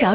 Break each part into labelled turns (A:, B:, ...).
A: 扰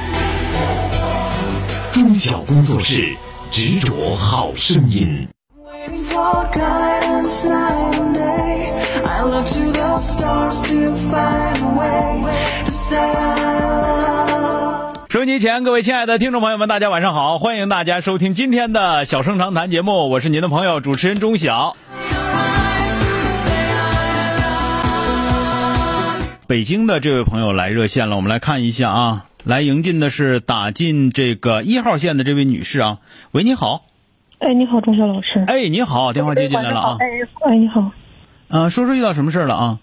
B: 中小工作室执着好声音。
C: Waiting for guidance night and day. I look to the stars to find a way to say.
D: 收音机前，各位亲爱的听众朋友们，大家晚上好！欢迎大家收听今天的《小声长谈》节目，我是您的朋友主持人钟晓。北京的这位朋友来热线了，我们来看一下啊，来迎进的是打进这个一号线的这位女士啊，喂，你好，
E: 哎，你好，钟晓老师。
D: 哎，你好，电话接进来了啊，
E: 哎，你好，
D: 嗯、说说遇到什么事儿了啊？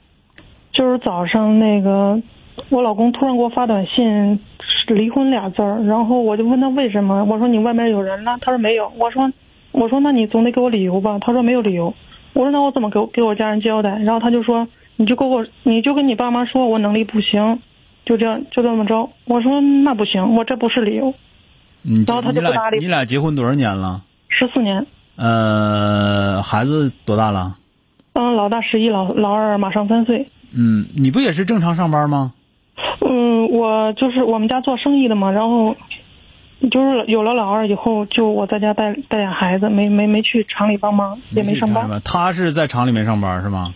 E: 就是早上那个，我老公突然给我发短信，是离婚俩字儿，然后我就问他为什么，我说你外面有人了，他说没有，我说我说那你总得给我理由吧，他说没有理由，我说那我怎么给我给我家人交代？然后他就说你就跟我你就跟你爸妈说我能力不行，就这样就这么着，我说那不行，我这不是理由，
D: 你
E: 然后他
D: 嗯你
E: 就不
D: 俩
E: 搭理
D: 你俩结婚多少年了？
E: 十四年，
D: 呃，孩子多大了？
E: 嗯，老大十一，老老二马上三岁。
D: 嗯，你不也是正常上班吗？
E: 嗯，我就是我们家做生意的嘛，然后就是有了老二以后，就我在家带带俩孩子，没没没去厂里帮忙，也没上班。
D: 吧？他是在厂里面上班是吗？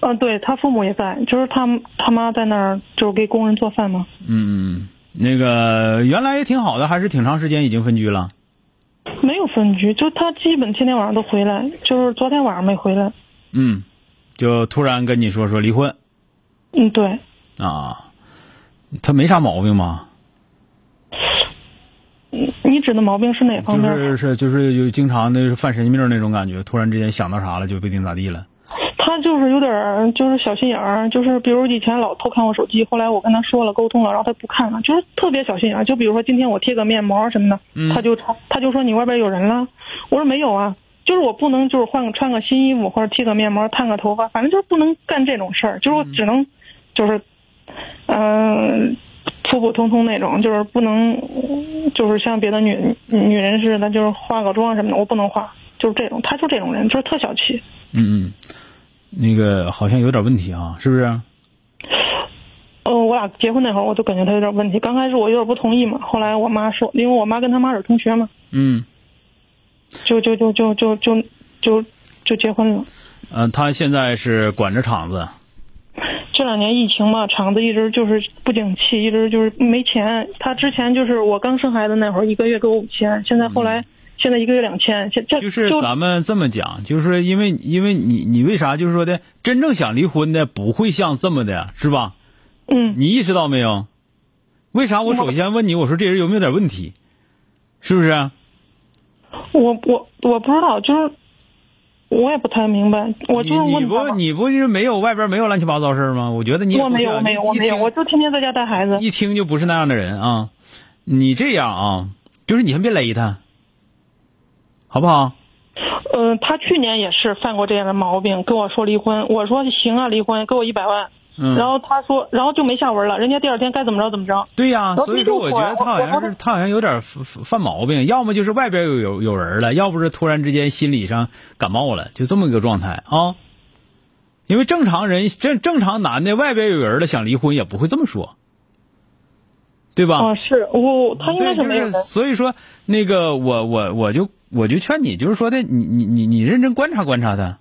E: 嗯，对他父母也在，就是他他妈在那儿就是给工人做饭嘛。
D: 嗯，那个原来也挺好的，还是挺长时间已经分居了。
E: 没有分居，就他基本天天晚上都回来，就是昨天晚上没回来。
D: 嗯，就突然跟你说说离婚
E: 嗯，对，
D: 啊，他没啥毛病吗？
E: 嗯你指的毛病是哪方
D: 就
E: 面？
D: 是是就是有经常的犯神经病那种感觉，突然之间想到啥了就不一定咋地了。
E: 他就是有点儿就是小心眼儿，就是比如以前老偷看我手机，后来我跟他说了沟通了，然后他不看了，就是特别小心眼儿。就比如说今天我贴个面膜什么的，
D: 嗯
E: 他就他他就说你外边有人了，我说没有啊，就是我不能就是换个穿个新衣服或者贴个面膜、烫个头发，反正就是不能干这种事儿，就是我只能就是嗯、普普通通那种，就是不能就是像别的女女人似的，就是化个妆什么的，我不能化，就是这种，他就这种人，就是特小气。
D: 嗯嗯，那个好像有点问题啊，是不是？
E: 哦，我俩结婚那会儿，我就感觉他有点问题。刚开始我有点不同意嘛，后来我妈说，因为我妈跟他妈是同学嘛，
D: 嗯，
E: 就就就就就就就就结婚了。
D: 呃，他现在是管着厂子。
E: 这两年疫情嘛，厂子一直就是不景气，一直就是没钱。他之前就是我刚生孩子那会儿，一个月给我五千，现在后来、现在一个月两千，现 这
D: 嗯就是咱们这么讲，就是因为因为你你为啥就是说的真正想离婚的不会像这么的，是吧？
E: 嗯
D: 你意识到没有？为啥我首先问你，我说这人有没有点问题，是啊不是？
E: 我我我不知道，就是我也不太明白，我
D: 你
E: 就是
D: 你
E: 问他
D: 不
E: 嘛。
D: 你不就是没有外边没有乱七八糟事儿吗？我觉得你也
E: 我
D: 不
E: 没
D: 是
E: 有，
D: 啊
E: 我没有，
D: 你
E: 我没有，
D: 一听
E: 我就天天在家带孩子。
D: 一听就不是那样的人啊！你这样啊，就是你先别勒他，好不好？
E: 嗯，他去年也是犯过这样的毛病，跟我说离婚。我说行啊，离婚，给我一百万。
D: 嗯
E: 然后他说，然后就没下文了。人家第二天该怎么着怎么着。
D: 对呀、
E: 然后
D: 所以
E: 他就
D: 说我觉
E: 火
D: 得他好
E: 我
D: 像
E: 我
D: 是他好像有点犯犯毛病，要么就是外边有有有人了，要不是突然之间心理上感冒了，就这么一个状态啊。因为正常人正正常男的外边有人了想离婚也不会这么说，对吧？
E: 哦，是我，他应该
D: 啊对，
E: 是
D: 就
E: 没有
D: 是
E: 人。
D: 所以说那个我我我就我就劝你，就是说的你你你你认真观察观察他，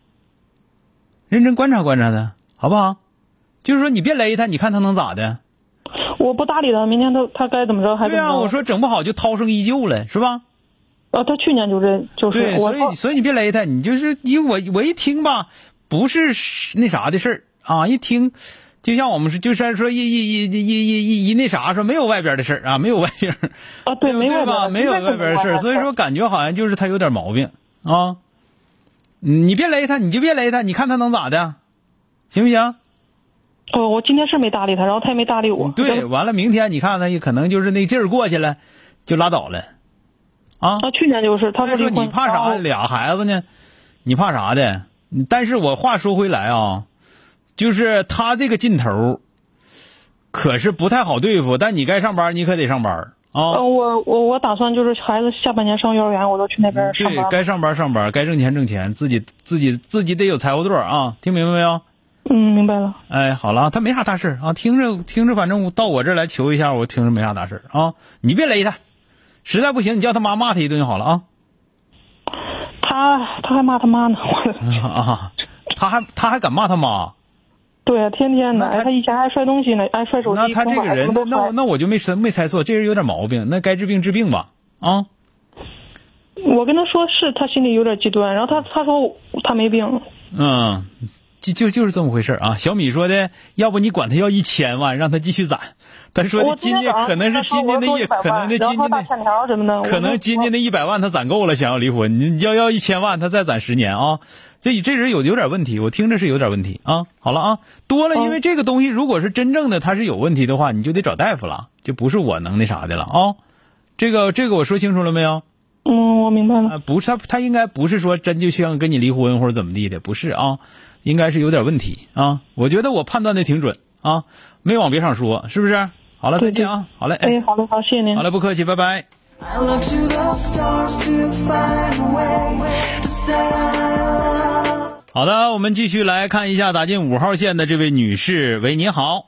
D: 认真观察观察他，好不好？就是说你别勒他，你看他能咋的？
E: 我不搭理他，明天他他该怎么着还怎
D: 对
E: 么着。
D: 啊，我说整不好就涛声依旧了，是吧？
E: 啊，他去年就这，就是
D: 对，
E: 我
D: 所以所以你别勒他，你就是因为我我一听吧，不是那啥的事儿啊，一听。就像我们是，就是说一一一一一一一那啥，说没有外边的事儿啊，没有外边儿，
E: 啊，对，没啊
D: 对
E: 有
D: 吧？没有外边的事儿，所以说感觉好像就是他有点毛病啊。嗯你别勒他，你就别勒他，你看他能咋的，行不行？
E: 哦，我今天是没搭理他，然后他也没搭理我。
D: 对，完了，明天你看他也可能就是那劲儿过去了，就拉倒了，啊。
E: 啊，去年就是他
D: 再
E: 说
D: 说
E: 离婚，
D: 你怕啥？
E: 然后
D: 俩孩子呢？你怕啥的？但是我话说回来啊，就是他这个劲头儿，可是不太好对付。但你该上班，你可得上班儿啊。
E: 嗯，我我我打算就是孩子下半年上幼儿园，我都去那边上
D: 嗯对
E: 班。
D: 该上班上班，该挣钱挣钱，自己自己自己得有财务座儿啊，听明白没有？
E: 嗯，明白了。
D: 哎，好了啊，他没啥大事儿啊，听着听着，反正到我这儿来求一下，我听着没啥大事儿啊。你别勒他，实在不行你叫他妈骂他一顿就好了啊。
E: 他他还骂他妈呢，我的
D: 啊，他还他还敢骂他妈？
E: 对，天天的，
D: 那他
E: 哎他以前还摔东西呢，爱摔手机。
D: 那他这个人，
E: 从
D: 那那
E: 晚上都
D: 我那我就没猜没猜错，这人有点毛病，那该治病治病吧。啊，
E: 我跟他说是他心里有点极端，然后他他说他没病，
D: 嗯，就就就是这么回事儿啊。小米说的，要不你管他要一千万，让他继续攒。他说的
E: 我
D: 今年可能是今年的一，可能是
E: 然
D: 今
E: 后
D: 年
E: 大
D: 的，
E: 欠条什么的，
D: 可能今年的一百万他攒够了，想要离婚。你你要要一千万，他再攒十年啊。这这人有有点问题，我听着是有点问题啊。好了啊，多了，因
E: 嗯
D: 为这个东西如果是真正的他是有问题的话，你就得找大夫了，就不是我能那啥的了啊。这个这个我说清楚了没有？
E: 嗯，我明白
D: 啊，
E: 了，
D: 不是他，他应该不是说真就像跟你离婚或者怎么地的，不是啊，应该是有点问题啊。我觉得我判断的挺准啊，没往别上说，是不是？好了，再
E: 对
D: 见啊，好嘞，
E: 哎
D: 哎，，
E: 好的，好，谢谢您
D: 好。嘞，不客气，拜拜。
C: I look to the stars to find a way to say I love.
D: 好的，我们继续来看一下打进五号线的这位女士，喂，你好，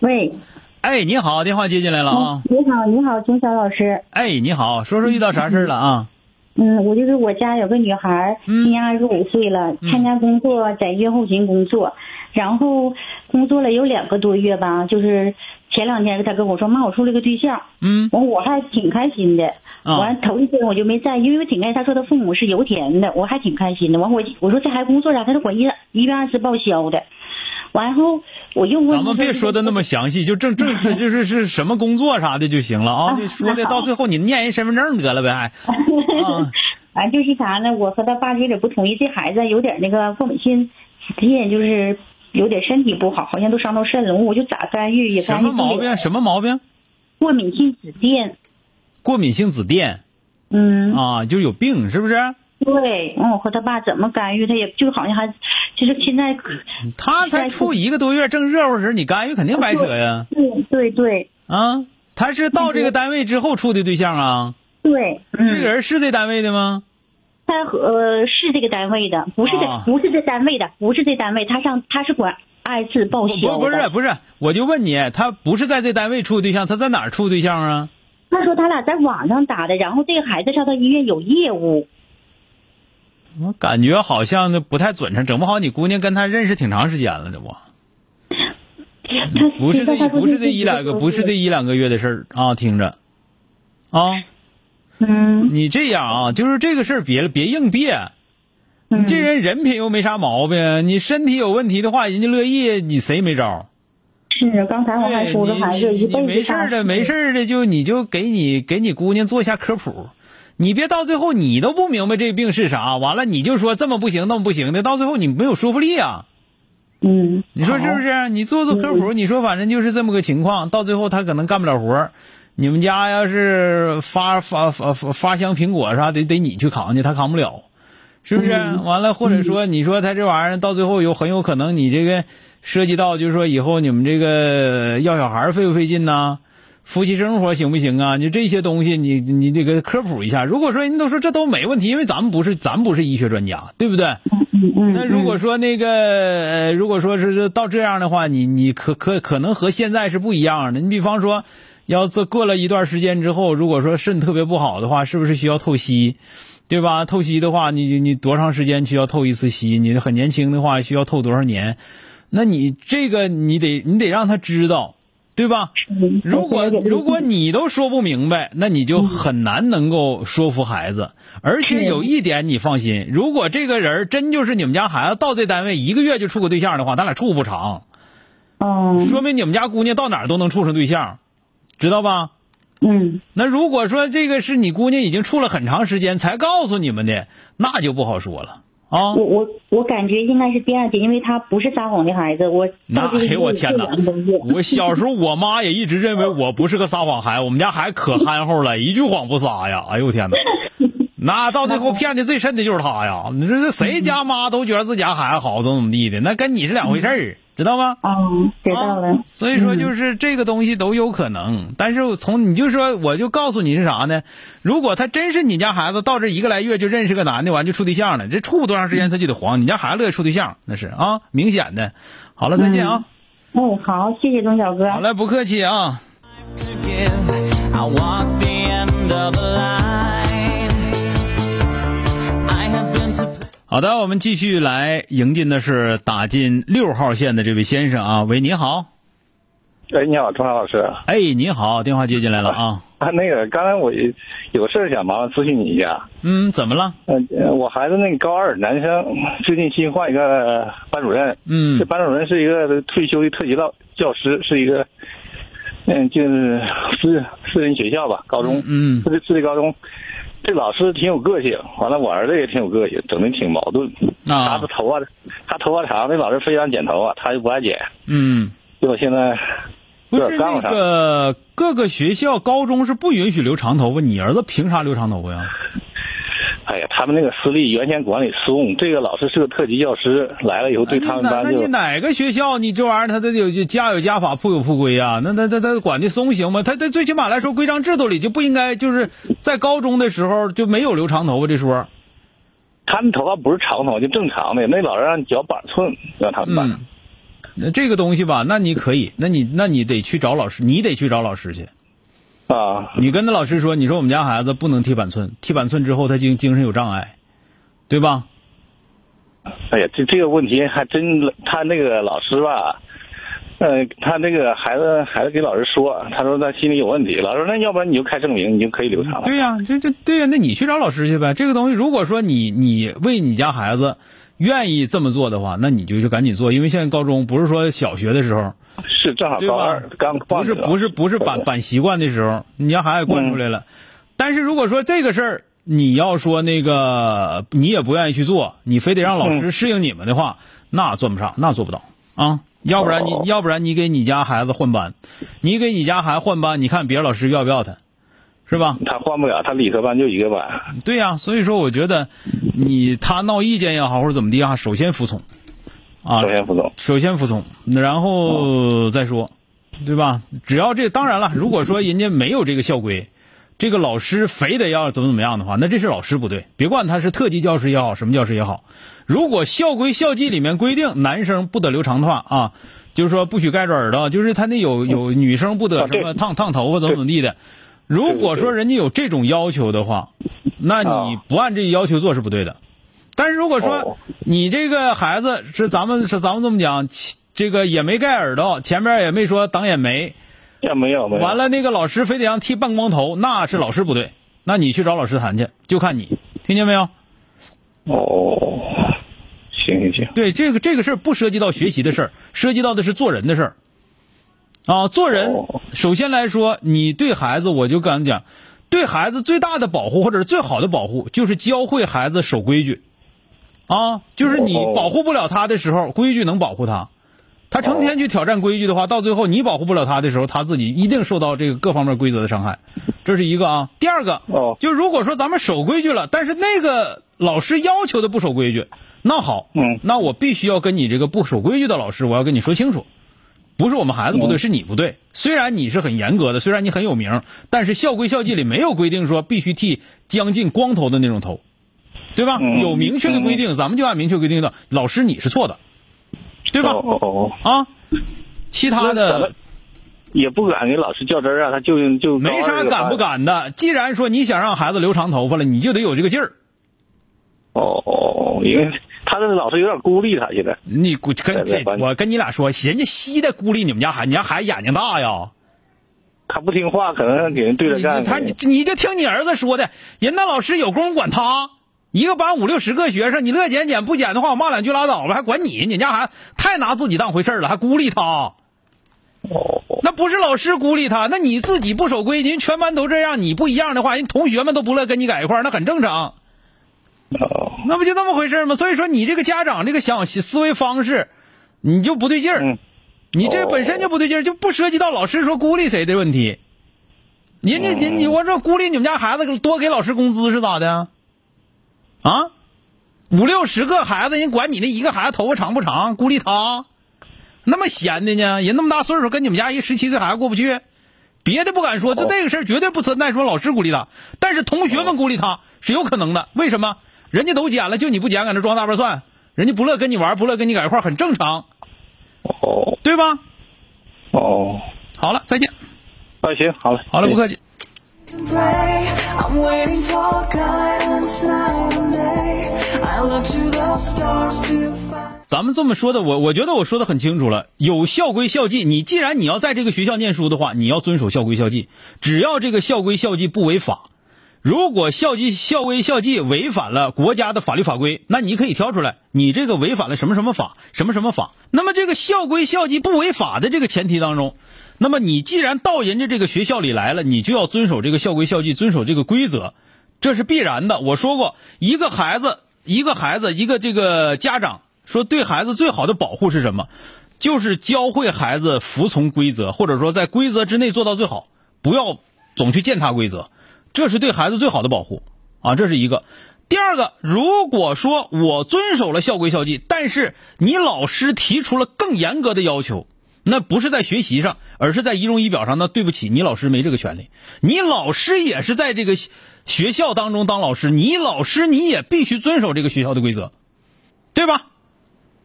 F: 喂，
D: 哎，你好，电话接进来了啊，
F: 你好，你好，钟晓老师。
D: 哎，你好，说说遇到啥事儿了啊？
F: 嗯，我就是我家有个女孩儿，
D: 嗯
F: 今年二十五岁了，参加工作在月后勤工作，然后工作了有两个多月吧，就是前两天她跟我说，妈，我处了个对象，
D: 嗯
F: 完我还挺开心的，
D: 啊
F: 完、头一天我就没在意，因为我挺开心，她说她父母是油田的，我还挺开心的，完我我说这还工作啥？她说我一一月二十报销的，完后我又问
D: 咱们别说的那
F: 么
D: 么详细，就正正正就是是什么工作啥的就行了啊，
F: 啊
D: 就说的
F: 那好
D: 到最后你念人身份证得了呗，还啊。
F: 完就是啥呢？我和他爸就有点不同意，这孩子有点那个过敏性体液，就是有点身体不好，好像都伤到肾了。我就咋干预也
D: 什
F: 干预
D: 么
F: 不
D: 毛
F: 了。
D: 病？什啊么毛病？
F: 过敏性紫癜。
D: 过敏性紫癜
F: 嗯，
D: 啊，就有病是不是？
F: 对，嗯，我和他爸怎么干预，他也就好像还，就是现在，
D: 他才处一个多月，正热乎时，你干预肯定白扯呀！
F: 对嗯对对
D: 啊，他是到这个单位之后处的对象啊，
F: 对，嗯，
D: 这个人是这单位的吗？
F: 他和呃是这个单位的，不是这、
D: 啊
F: 不是这单位的，不是这单位，他上他是管二次报
D: 不
F: 销
D: 不是
F: 的。
D: 不是，我就问你，他不是在这单位处对象，他在哪儿处对象啊？
F: 他说他俩在网上打的，然后这个孩子上他医院有业务。嗯
D: 我感觉好像这不太准成，整不好你姑娘跟他认识挺长时间了， 这不
F: 他
D: 不是
F: 他
D: 这
F: 他说
D: 不是这一两个
F: 就是
D: 不是这一两个月的事儿啊，听着啊。
F: 嗯
D: 你这样啊，就是这个事儿别别硬憋。你
F: 嗯
D: 这人人品又没啥毛病，你身体有问题的话，人家乐意，你谁没招儿？
F: 是刚才我还
D: 对，
F: 说
D: 你
F: 这孩子
D: 你你
F: 一辈子
D: 没事儿的，没事
F: 儿。
D: 儿的，就你就给你给你姑娘做一下科普，你别到最后你都不明白这病是啥，完了你就说这么不行那么不行的，到最后你没有说服力啊。
F: 嗯，
D: 你说是不是？你做做科普，你说反正就是这么个情况，到最后他可能干不了活儿。你们家要是发发发发发箱苹果啥的，得你去扛去，他扛不了，是不是？完了，或者说你说他这玩意儿到最后有很有可能你这个涉及到，就是说以后你们这个要小孩儿费不费劲呐、夫妻生活行不行啊？就这些东西你，你得给科普一下。如果说人都说这都没问题，因为咱们不是咱们不是医学专家，对不对？
F: 嗯
D: 那如果说那个，呃，如果说是是到这样的话，你你可可可能和现在是不一样的。你比方说，要这过了一段时间之后，如果说肾特别不好的话，是不是需要透析，对吧？透析的话，你你多长时间需要透一次析？你很年轻的话，需要透多少年？那你这个你得你得让他知道，对吧？
F: 嗯
D: 如果如果你都说不明白，那你就很难能够说服孩子。而且有一点你放心，如果这个人儿真就是你们家孩子到这单位一个月就处个对象的话，咱俩处不长，
F: 嗯
D: 说明你们家姑娘到哪儿都能处上对象，知道吧？
F: 嗯
D: 那如果说这个是你姑娘已经处了很长时间才告诉你们的，那就不好说了啊
F: 我我我感觉应该是第二天，因为他不是撒谎的孩子。我
D: 那
F: 到这个
D: 哎呦我
F: 医院
D: 天
F: 就
D: 哪
F: 两个多月！
D: 我小时候，我妈也一直认为我不是个撒谎孩子，我们家孩子可憨厚了，一句谎不撒呀！哎呦我天 哪，那到最后骗的最甚的就是他呀！你说这谁家妈都觉得自己家孩子好，怎么怎么地的，那跟你是两回事儿，知道吗？
F: 嗯，知道了嗯
D: 啊。。所以说就是这个东西都有可能，但是我从你就说，我就告诉你是啥呢？如果他真是你家孩子，到这一个来月就认识个男的，完就处对象了，这处不多长时间他就得黄，你家孩子乐意处对象那是啊，明显的。好了，再见啊！
F: 哎，好，谢谢钟小哥。
D: 好嘞，不客气啊。
C: could give. I walk the end of a line. I have been surprised.
D: 好的，我们继续来迎进的是打进六号线的这位先生啊，喂，你好，
G: 哎，你好，钟晓老师啊，
D: 哎，你好，电话接进来了啊，
G: 那个刚才我有个事儿想麻烦咨询你一下。
D: 嗯，怎么了？
G: 嗯、呃，我孩子那个高二男生最近新换一个班主任，
D: 嗯
G: 这班主任是一个退休的特级老教师，是一个，嗯，就是私私人学校吧，高中，
D: 嗯
G: 私立私立高中。这老师挺有个性，完了我儿子也挺有个性，整的挺矛盾。他
D: 啊
G: 的，头发，他头发长，那老师非让剪头发，他就不爱剪。
D: 嗯，
G: 结果现在
D: 不
G: 有
D: 是
G: 点杠
D: 那
G: 上。
D: 个各个学校高中是不允许留长头发，你儿子凭啥留长头发呀？
G: 哎呀，他们那个私立原先管理松，这个老师是个特级教师，来了以后对他们
D: 啊那
G: 班
D: 那
G: 就
D: 你哪个学校你这玩意儿他得有家有家法铺有铺规呀、那那那他管的松行吗？他他最起码来说规章制度里就不应该就是在高中的时候就没有留长头发这说。
G: 他们头发不是长头，就正常的。那老师让绞板寸，让他们班。
D: 嗯，那这个东西吧，那你可以，那你那你得去找老师，你得去找老师去。
G: 啊，
D: 你跟那老师说，你说我们家孩子不能剃板寸，剃板寸之后他精精神有障碍，对吧？
G: 哎呀，这这个问题还真，他那个老师吧，呃，他那个孩子孩子给老师说，他说他心里有问题。老师说那要不然你就开证明，你就可以留长了。
D: 对呀、这这对呀、那你去找老师去呗。这个东西，如果说你你为你家孩子愿意这么做的话，那你就就赶紧做，因为现在高中不是说小学的时候，
G: 是正好
D: 对
G: 高
D: 吧
G: 啊二？刚
D: 不是不是不是 板板习惯的时候，你家孩子惯
G: 嗯
D: 出来了。但是如果说这个事儿，你要说那个你也不愿意去做，你非得让老
G: 嗯
D: 师适应你们的话，那做不上，那做不到啊。要不然你、
G: 哦
D: 要不然你给你家孩子换班，你给你家孩子换班，你看别的老师要不要他，是吧？
G: 他换不了，他理科班就一个班。
D: 对呀、所以说我觉得你他闹意见也好或者怎么地啊，首先服从啊
G: 首，先不懂。
D: 首先服从，然后再说，对吧？只要这当然了，如果说人家没有这个校规，这个老师非得要怎么怎么样的话，那这是老师不对，别管他是特级教师也好，什么教师也好，如果校规校纪里面规定男生不得留长头发啊，就是说不许盖着耳朵，就是他那有有女生不得
G: 嗯啊
D: 什
G: 对
D: 么烫烫头发怎么怎么地的。如果说人家有这种要求的话，那你
G: 啊
D: 不按这要求做是不对的。但是如果说
G: 哦
D: 你这个孩子是咱们是咱们这么讲，其这个也没盖耳朵，前面也没说挡眼眉，
G: 要没有没有。
D: 完了那个老师非得让剃半光头，那是老师不对，那你去找老师谈去，就看你听见没有？
G: 哦，行行行。
D: 对，这个这个事儿不涉及到学习的事儿，涉及到的是做人的事儿。啊，做人
G: 哦
D: 首先来说，你对孩子，我就敢讲，对孩子最大的保护或者是最好的保护，就是教会孩子守规矩。啊，就是你
G: 哦
D: 保护不了他的时候，规矩能保护他。他成
G: 哦
D: 天去挑战规矩的话，到最后你保护不了他的时候，他自己一定受到这个各方面规则的伤害，这是一个啊。第二个，
G: 哦
D: 就如果说咱们守规矩了，但是那个老师要求的不守规矩，那好，
G: 嗯
D: 那我必须要跟你这个不守规矩的老师，我要跟你说清楚，不是我们孩子不
G: 嗯
D: 对，是你不对。虽然你是很严格的，虽然你很有名，但是校规校纪里没有规定说必须剃将近光头的那种头，对吧？
G: 嗯
D: 有明确的规定，咱们就按明确规定的，老师你是错的，对吧？
G: 哦哦哦。
D: 啊，其他的
G: 也不敢给老师较真儿啊，他就就
D: 没啥敢不
G: 高二这个班
D: 敢的。既然说你想让孩子留长头发了，你就得有这个劲儿。
G: 哦哦，哦因为他这老师有点孤立他现在
D: 你跟
G: 对
D: 跟这，
G: 对完
D: 我跟你俩说，人家西的孤立你们家孩子，你家孩子眼睛大呀。
G: 他不听话，可能给人对着
D: 你
G: 干。
D: 他你就听你儿子说的，人那老师有功夫管他，一个班五六十个学生，你乐减减不减的话，我骂两句拉倒吧，还管你？你家孩子太拿自己当回事儿了，还孤立他。
G: 哦，哦
D: 那不是老师孤立他，那你自己不守规矩，人全班都这样，你不一样的话，人同学们都不乐跟你在一块儿，那很正常。
G: 哦
D: 那不就那么回事吗？所以说你这个家长这个想思维方式，你就不对劲儿，
G: 嗯
D: 你这本身就不对劲儿，就不涉及到老师说孤立谁的问题。人家人你我这孤立你们家孩子，多给老师工资是咋的？啊，五六十个孩子，人管你那一个孩子头发长不长，孤立他，那么闲的呢？人那么大岁数，跟你们家一十七岁孩子过不去，别的不敢说，就这个事儿绝对不存在说老师孤立他，但是同学们孤立他是有可能的。为什么？人家都捡了，就你不捡，搁那装大瓣蒜，人家不乐跟你玩，不乐跟你搁一块儿，很正常，
G: 哦
D: 对吧？
G: 哦，
D: 好了，再见。
H: 哎
G: 那行，好了，
D: 好了，
G: 谢谢
D: 不客气。
C: Pray. I'm waiting for guidance night and day. I look to the stars to find.
D: 咱们这么说的，我我觉得我说的很清楚了。有校规校纪，你既然你要在这个学校念书的话，你要遵守校规校纪。只要这个校规校纪不违法，如果校纪校规校纪违反了国家的法律法规，那你可以挑出来，你这个违反了什么什么法，什么什么法。那么这个校规校纪不违法的这个前提当中，那么你既然到人家这个学校里来了，你就要遵守这个校规校纪，遵守这个规则，这是必然的。我说过，一个孩子，一个孩子，一个这个家长说对孩子最好的保护是什么？就是教会孩子服从规则，或者说在规则之内做到最好，不要总去践踏规则，这是对孩子最好的保护啊，这是一个。第二个，如果说我遵守了校规校纪，但是你老师提出了更严格的要求，那不是在学习上，而是在仪容仪表上。那对不起，你老师没这个权利。你老师也是在这个学校当中当老师，你老师你也必须遵守这个学校的规则，对吧？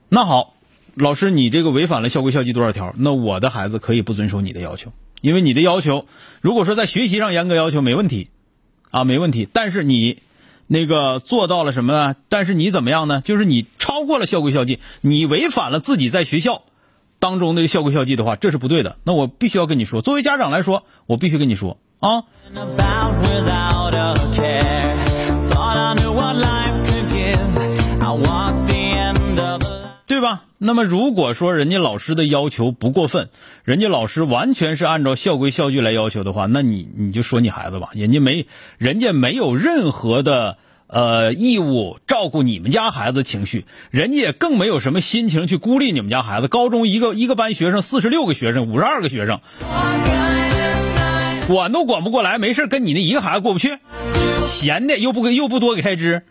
D: 那好，老师，你这个违反了校规校纪多少条？那我的孩子可以不遵守你的要求，因为你的要求，如果说在学习上严格要求没问题，啊，没问题。但是你那个做到了什么呢？但是你怎么样呢？就是你超过了校规校纪，你违反了自己在学校当中的校规校纪的话，这是不对的。那我必须要跟你说，作为家长来说，我必须跟你说啊。
I: about without a care. Thought I knew what life could give. I want the end of the.
D: 对吧？那么如果说人家老师的要求不过分，人家老师完全是按照校规校矩来要求的话，那你你就说你孩子吧，人家没人家没有任何的呃义务照顾你们家孩子情绪，人家也更没有什么心情去孤立你们家孩子。高中一个一个班学生四十六个学生，五十二个学生，管都管不过来，没事跟你那一个孩子过不去，闲的又不又不多给开支。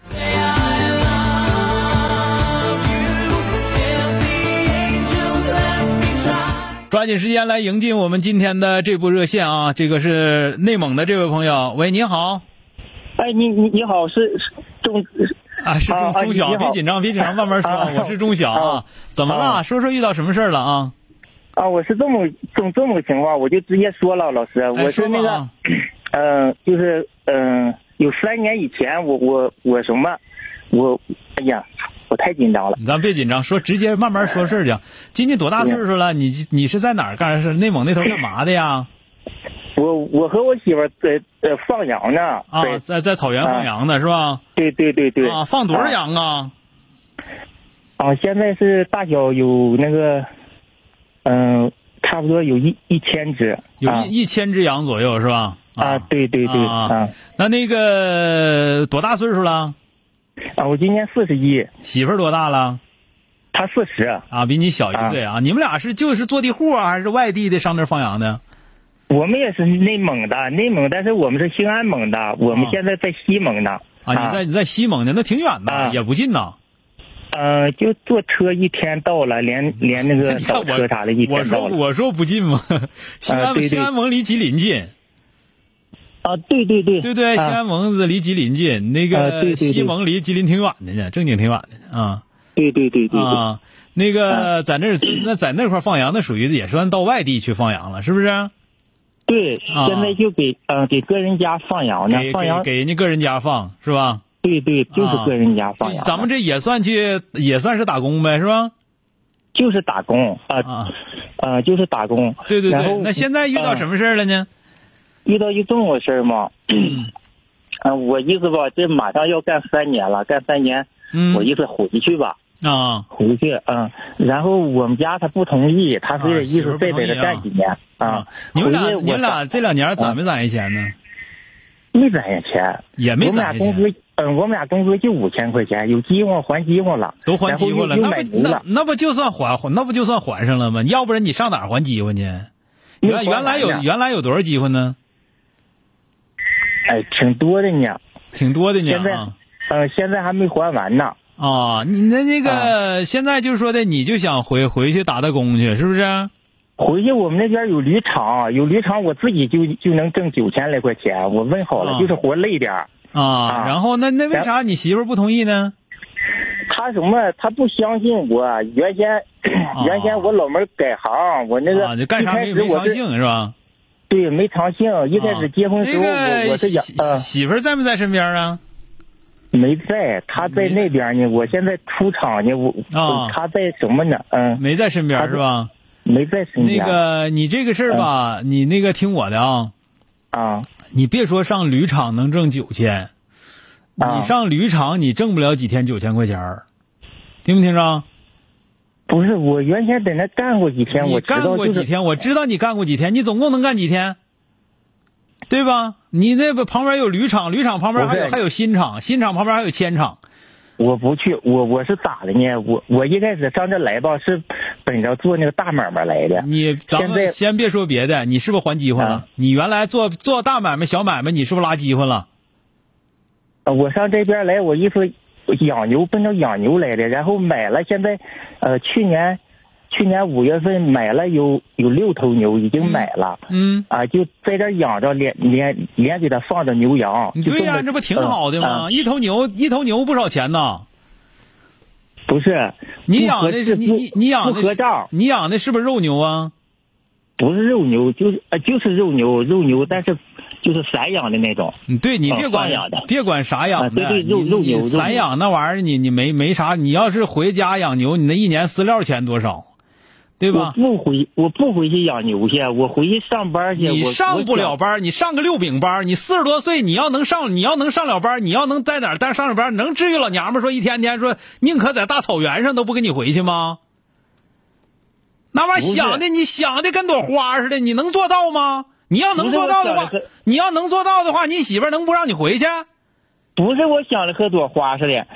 D: 抓紧时间来迎进我们今天的这部热线啊！这个是内蒙的这位朋友，喂，你好
H: 哎，你你你好，是是中
D: 啊，是中
H: 啊啊
D: 中小，
H: 你好
D: 别紧张，别紧张，慢慢说啊，
H: 啊
D: 我是中小啊
H: 啊，
D: 怎么了？
H: 啊
D: 说说遇到什么事儿了啊？
H: 啊，我是这么这这么个情况，我就直接说了，老师，
D: 哎
H: 我是那
D: 说吧
H: 个
D: 啊，
H: 嗯、就是嗯、呃有三年以前，我我我什么，我哎呀，我太紧张了，
D: 咱别紧张，说直接慢慢说事儿去。今年多大岁数了？你你是在哪儿干？是内蒙那头干嘛的呀？
H: 我我和我媳妇儿在呃放羊呢，
D: 啊，
H: 对
D: 在在草原放羊的是吧？
H: 对对对对，
D: 啊，放多少羊啊？
H: 啊？啊现在是大小有那个，嗯、差不多有一一千只，
D: 有
H: 啊
D: 一一千只羊左右是吧？
H: 啊，对对对，
D: 啊
H: 啊
D: 那那个多大岁数了？
H: 啊，我今年四十一，
D: 媳妇儿多大了？
H: 她四十，
D: 啊，比你小一岁啊！你们俩是就是坐地户啊，还是外地的上那儿放羊的？
H: 我们也是内蒙的，内蒙，但是我们是兴安盟的，我们
D: 啊
H: 现在在西蒙呢。
D: 啊，你在？你在西蒙呢，那挺远的，
H: 啊
D: 也不近 呐。
H: 呃，就坐车一天到了，连 连那 个
D: 你看
H: 倒
D: 嗯我
H: 车啥的一
D: 我
H: 天
D: 说
H: 到了。
D: 我说不近吗？ 西安、
H: 啊对对
D: 西安盟离吉林近，
H: 啊，对对对，
D: 对不对？西
H: 啊，
D: 安盟子离吉林近，那个、
H: 啊对对对
D: 西蒙离吉林挺远的呢，正经挺远的啊
H: 对对对对对。
D: 啊。那个在那儿那在那块儿放羊，那属于也算到外地去放羊了，是不是？
H: 对，
D: 啊
H: 现在就给呃给个人家放羊呢
D: 给，
H: 放
D: 给
H: 羊，
D: 给人家个人家放是吧？
H: 对对，就是
D: 啊
H: 个人家放
D: 这
H: 羊呢。
D: 咱们这也算去也算是打工呗，是吧？
H: 就是打工啊，
D: 啊，
H: 呃，就是打工。
D: 对对
H: 然
D: 对
H: 后。
D: 那现在遇到
H: 啊
D: 什么事儿了呢？
H: 遇到就这么个事儿嘛。啊，我意思吧，这马上要干三年了，干三年，
D: 嗯，
H: 我意思回去吧，
D: 啊，
H: 回去啊、嗯。然后我们家他不同意，他说
D: 啊
H: 意
D: 媳妇儿
H: 思
D: 不同
H: 再
D: 意
H: 在这
D: 啊
H: 干几年啊。
D: 你们俩
H: 回去我
D: 你们俩这两年攒没攒下钱呢？
H: 没攒下钱，
D: 啊也
H: 我
D: 没
H: 们俩
D: 攒下
H: 工
D: 钱
H: 资嗯，我们俩工资就五千块钱，有机会还机会了，
D: 都还机会了，
H: 然
D: 那
H: 后又又买
D: 不
H: 牛
D: 那
H: 了，
D: 那不就算还那不就算还上了吗？要不然你上哪儿还机会去？
H: 又
D: 原
H: 还
D: 原来有
H: 完了
D: 原来有多少机会呢？
H: 哎，挺多的呢。
D: 挺多的呢
H: 现在
D: 啊，
H: 呃，现在还没还完呢。
D: 啊！你那那
H: 啊
D: 个、现在就是说的，你就想回回去打打工去，是不啊是？
H: 回去我们那边有铝厂，有铝厂，我自己就就能挣九千来块钱。我问好了，
D: 啊
H: 就是活累点儿。
D: 啊，
H: 啊
D: 然后那那为
H: 然
D: 啥你媳妇儿不同意呢？
H: 他什么？他不相信我。原先， 原先我老妹儿改行，我那个、
D: 啊啊，就干啥没
H: 一开
D: 没
H: 始我
D: 长
H: 是
D: 性是吧？
H: 对没长性。一开始结婚时候，
D: 啊、那
H: 我
D: 个
H: 我是
D: 媳
H: 养
D: 媳
H: 呃
D: 媳妇儿在没在身边啊？
H: 没在，他在那边呢。我现在出厂呢，我、
D: 啊
H: 他在什么呢？嗯，
D: 没在身边
H: 她
D: 是吧？
H: 没在嗯身
D: 那
H: 边。
D: 个你这个事儿吧，你那个听我的啊，
H: 啊
D: 你别说上铝厂能挣九千、
H: 啊，
D: 你上铝厂你挣不了几天九千块钱儿，听没听着？
H: 不是我原先在那干过几天，
D: 你
H: 哎我知
D: 干
H: 道
D: 过
H: 就
D: 几
H: 是
D: 天？我知道你干过几天，你总共能干几天？对吧？你那个旁边有铝厂，铝厂旁边还有
H: 不是
D: 还有新厂，新厂旁边还有铅厂。
H: 我不去，我我是咋的呢？我我一开始上这来吧，是本着做那个大买卖来 的。
D: 你咱
H: 现
D: 们
H: 在
D: 先别说别的，你是不是还机会了
H: 啊？
D: 你原来做做大买卖、小买卖，你是不是拉机会了？
H: 呃我上这边来，我意思养牛奔着养牛来的，然后买了，现在，呃，去年，去年五月份买了有有六头牛，已经买了。
D: 嗯，
H: 啊，就在这儿养着，连连连给它放着牛羊，就
D: 对呀、
H: 么呃啊
D: 这不挺好的吗？？一头牛一头牛不少钱呢。
H: 嗯不是，
D: 你
H: 不
D: 养
H: 合
D: 的是你
H: 不
D: 你你养的
H: 不合
D: 是
H: 账，
D: 你养的是不是肉牛啊？
H: 不是肉牛，就是呃就是肉牛，肉牛，但是就是散养的那种。
D: 嗯对你
H: 哦
D: 别管、
H: 放养的
D: 别管啥养的，
H: 啊对对肉
D: 你
H: 肉
D: 你
H: 牛肉
D: 散
H: 牛
D: 养那玩意儿，你你没没啥。你要是回家养牛，你那一年饲料钱多少，对
H: 我
D: 吧？
H: 不回，我不回去养牛去，我回去上班去。
D: 你
H: 我
D: 上不了。
H: 我想
D: 班儿，你上个六饼班儿，你四十多岁，你要能上，你要能上了班儿，你要能在哪儿待上了班儿，能至于老娘们儿说一天天说宁可在大草原上都不跟你回去吗？那玩意
H: 不
D: 儿
H: 是
D: 想的，你想的跟朵花似的，你能做到吗？你要能
H: 不是
D: 做
H: 我
D: 到的
H: 想
D: 话
H: 的是，
D: 你要能做到的话，你媳妇儿能不让你回去？
H: 不是我想的和朵花似的，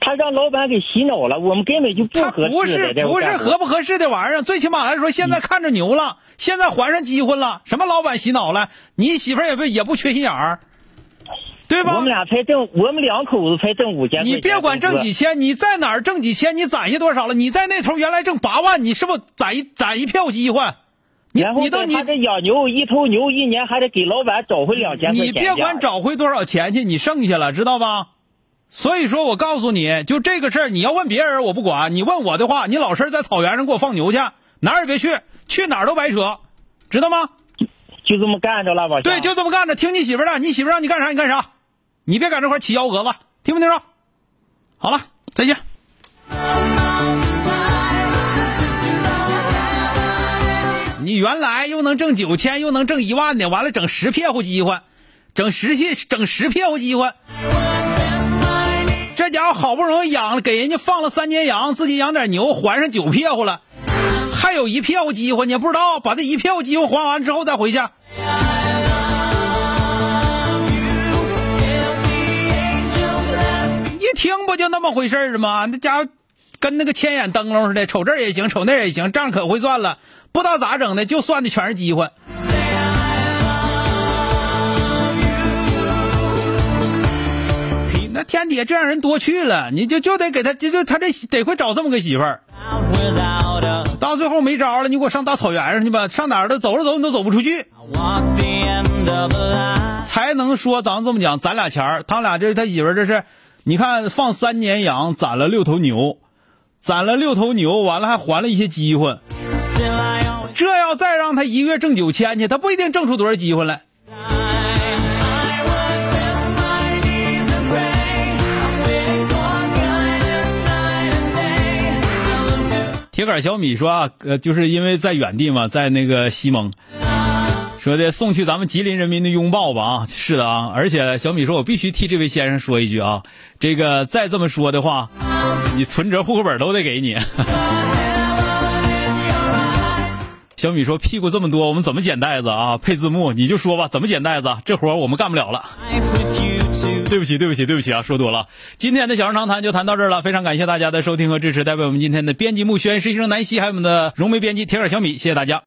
H: 他让老板给洗脑了，我们根本就不
D: 她
H: 合适
D: 不是
H: 的这个
D: 不是
H: 干活
D: 合不合适的玩意儿，最起码来说，现
H: 嗯
D: 在看着牛了，现在还上机婚了，什么老板洗脑了，你媳妇儿也不也不缺心眼儿，对吧？
H: 我们俩才挣，我们两口子才挣五千。
D: 你别管挣几，千，你在哪儿挣几千，你攒下多少了？你在那头原来挣八万，你是不是攒一攒一票机会？你
H: 然后
D: 你都
H: 在
D: 你
H: 他这养牛，一头牛一年还得给老板找回两千块钱。
D: 你别管，找回多少钱去，你剩下了，知道吧？所以说我告诉你，就这个事儿，你要问别人我不管，你问我的话，你老实在草原上给我放牛去，哪儿也别去，去哪儿都白扯，知道吗？
H: 就这么干着了吧？
D: 对，就这么干着，听你媳妇儿的，你媳妇儿让你干啥你干啥，你别搁这块儿起幺蛾子，听没听着？好了，再见。你原来又能挣九千，又能挣一万的，完了整十撇乎机会，整十撇整十撇乎机会。这家伙好不容易养了，给人家放了三年羊，自己养点牛，还上九撇乎了，还有一撇乎机会，你不知道，把这一撇乎机会还完之后再回去。一听不就那么回事儿吗？那家伙跟那个千眼灯笼似的，瞅这儿也行，瞅那儿也行，账可会算了。不知道咋整的，就算的全是机会。那天底下这样人多去了，你就就得给他，就就他这得会找这么个媳妇儿，
I: Out without a
D: 到最后没招了，你给我上大草原上去吧，上哪儿都走着走你都走不出去。
I: I want the end of the line.
D: 才能说咱这么讲，咱俩钱儿，他俩这是他媳妇儿这是，你看放三年羊，攒了六头牛，攒了六头牛，完了还还了一些机会，
I: Still I always
D: 这要再让他一个月挣九千去，他不一定挣出多少机会来。
I: time. I would bend my knees and pray. I'm waiting for guidance night and day. I look to
D: 铁杆小米说啊，呃，就是因为在远地嘛，在那个西蒙，说的送去咱们吉林人民的拥抱吧啊，是的啊，而且小米说，我必须替这位先生说一句啊，这个再这么说的话，你存折、户口本都得给你。 小米说屁股这么多，我们怎么捡袋子啊？配字幕，你就说吧，怎么捡袋子？这活儿我们干不了了。
I: I put you to
D: 对不起，对不起，对不起啊，说多了。今天的小人长谈就谈到这儿了，非常感谢大家的收听和支持。代表我们今天的编辑木轩、实习生南希，还有我们的融媒编辑铁杆小米，谢谢大家。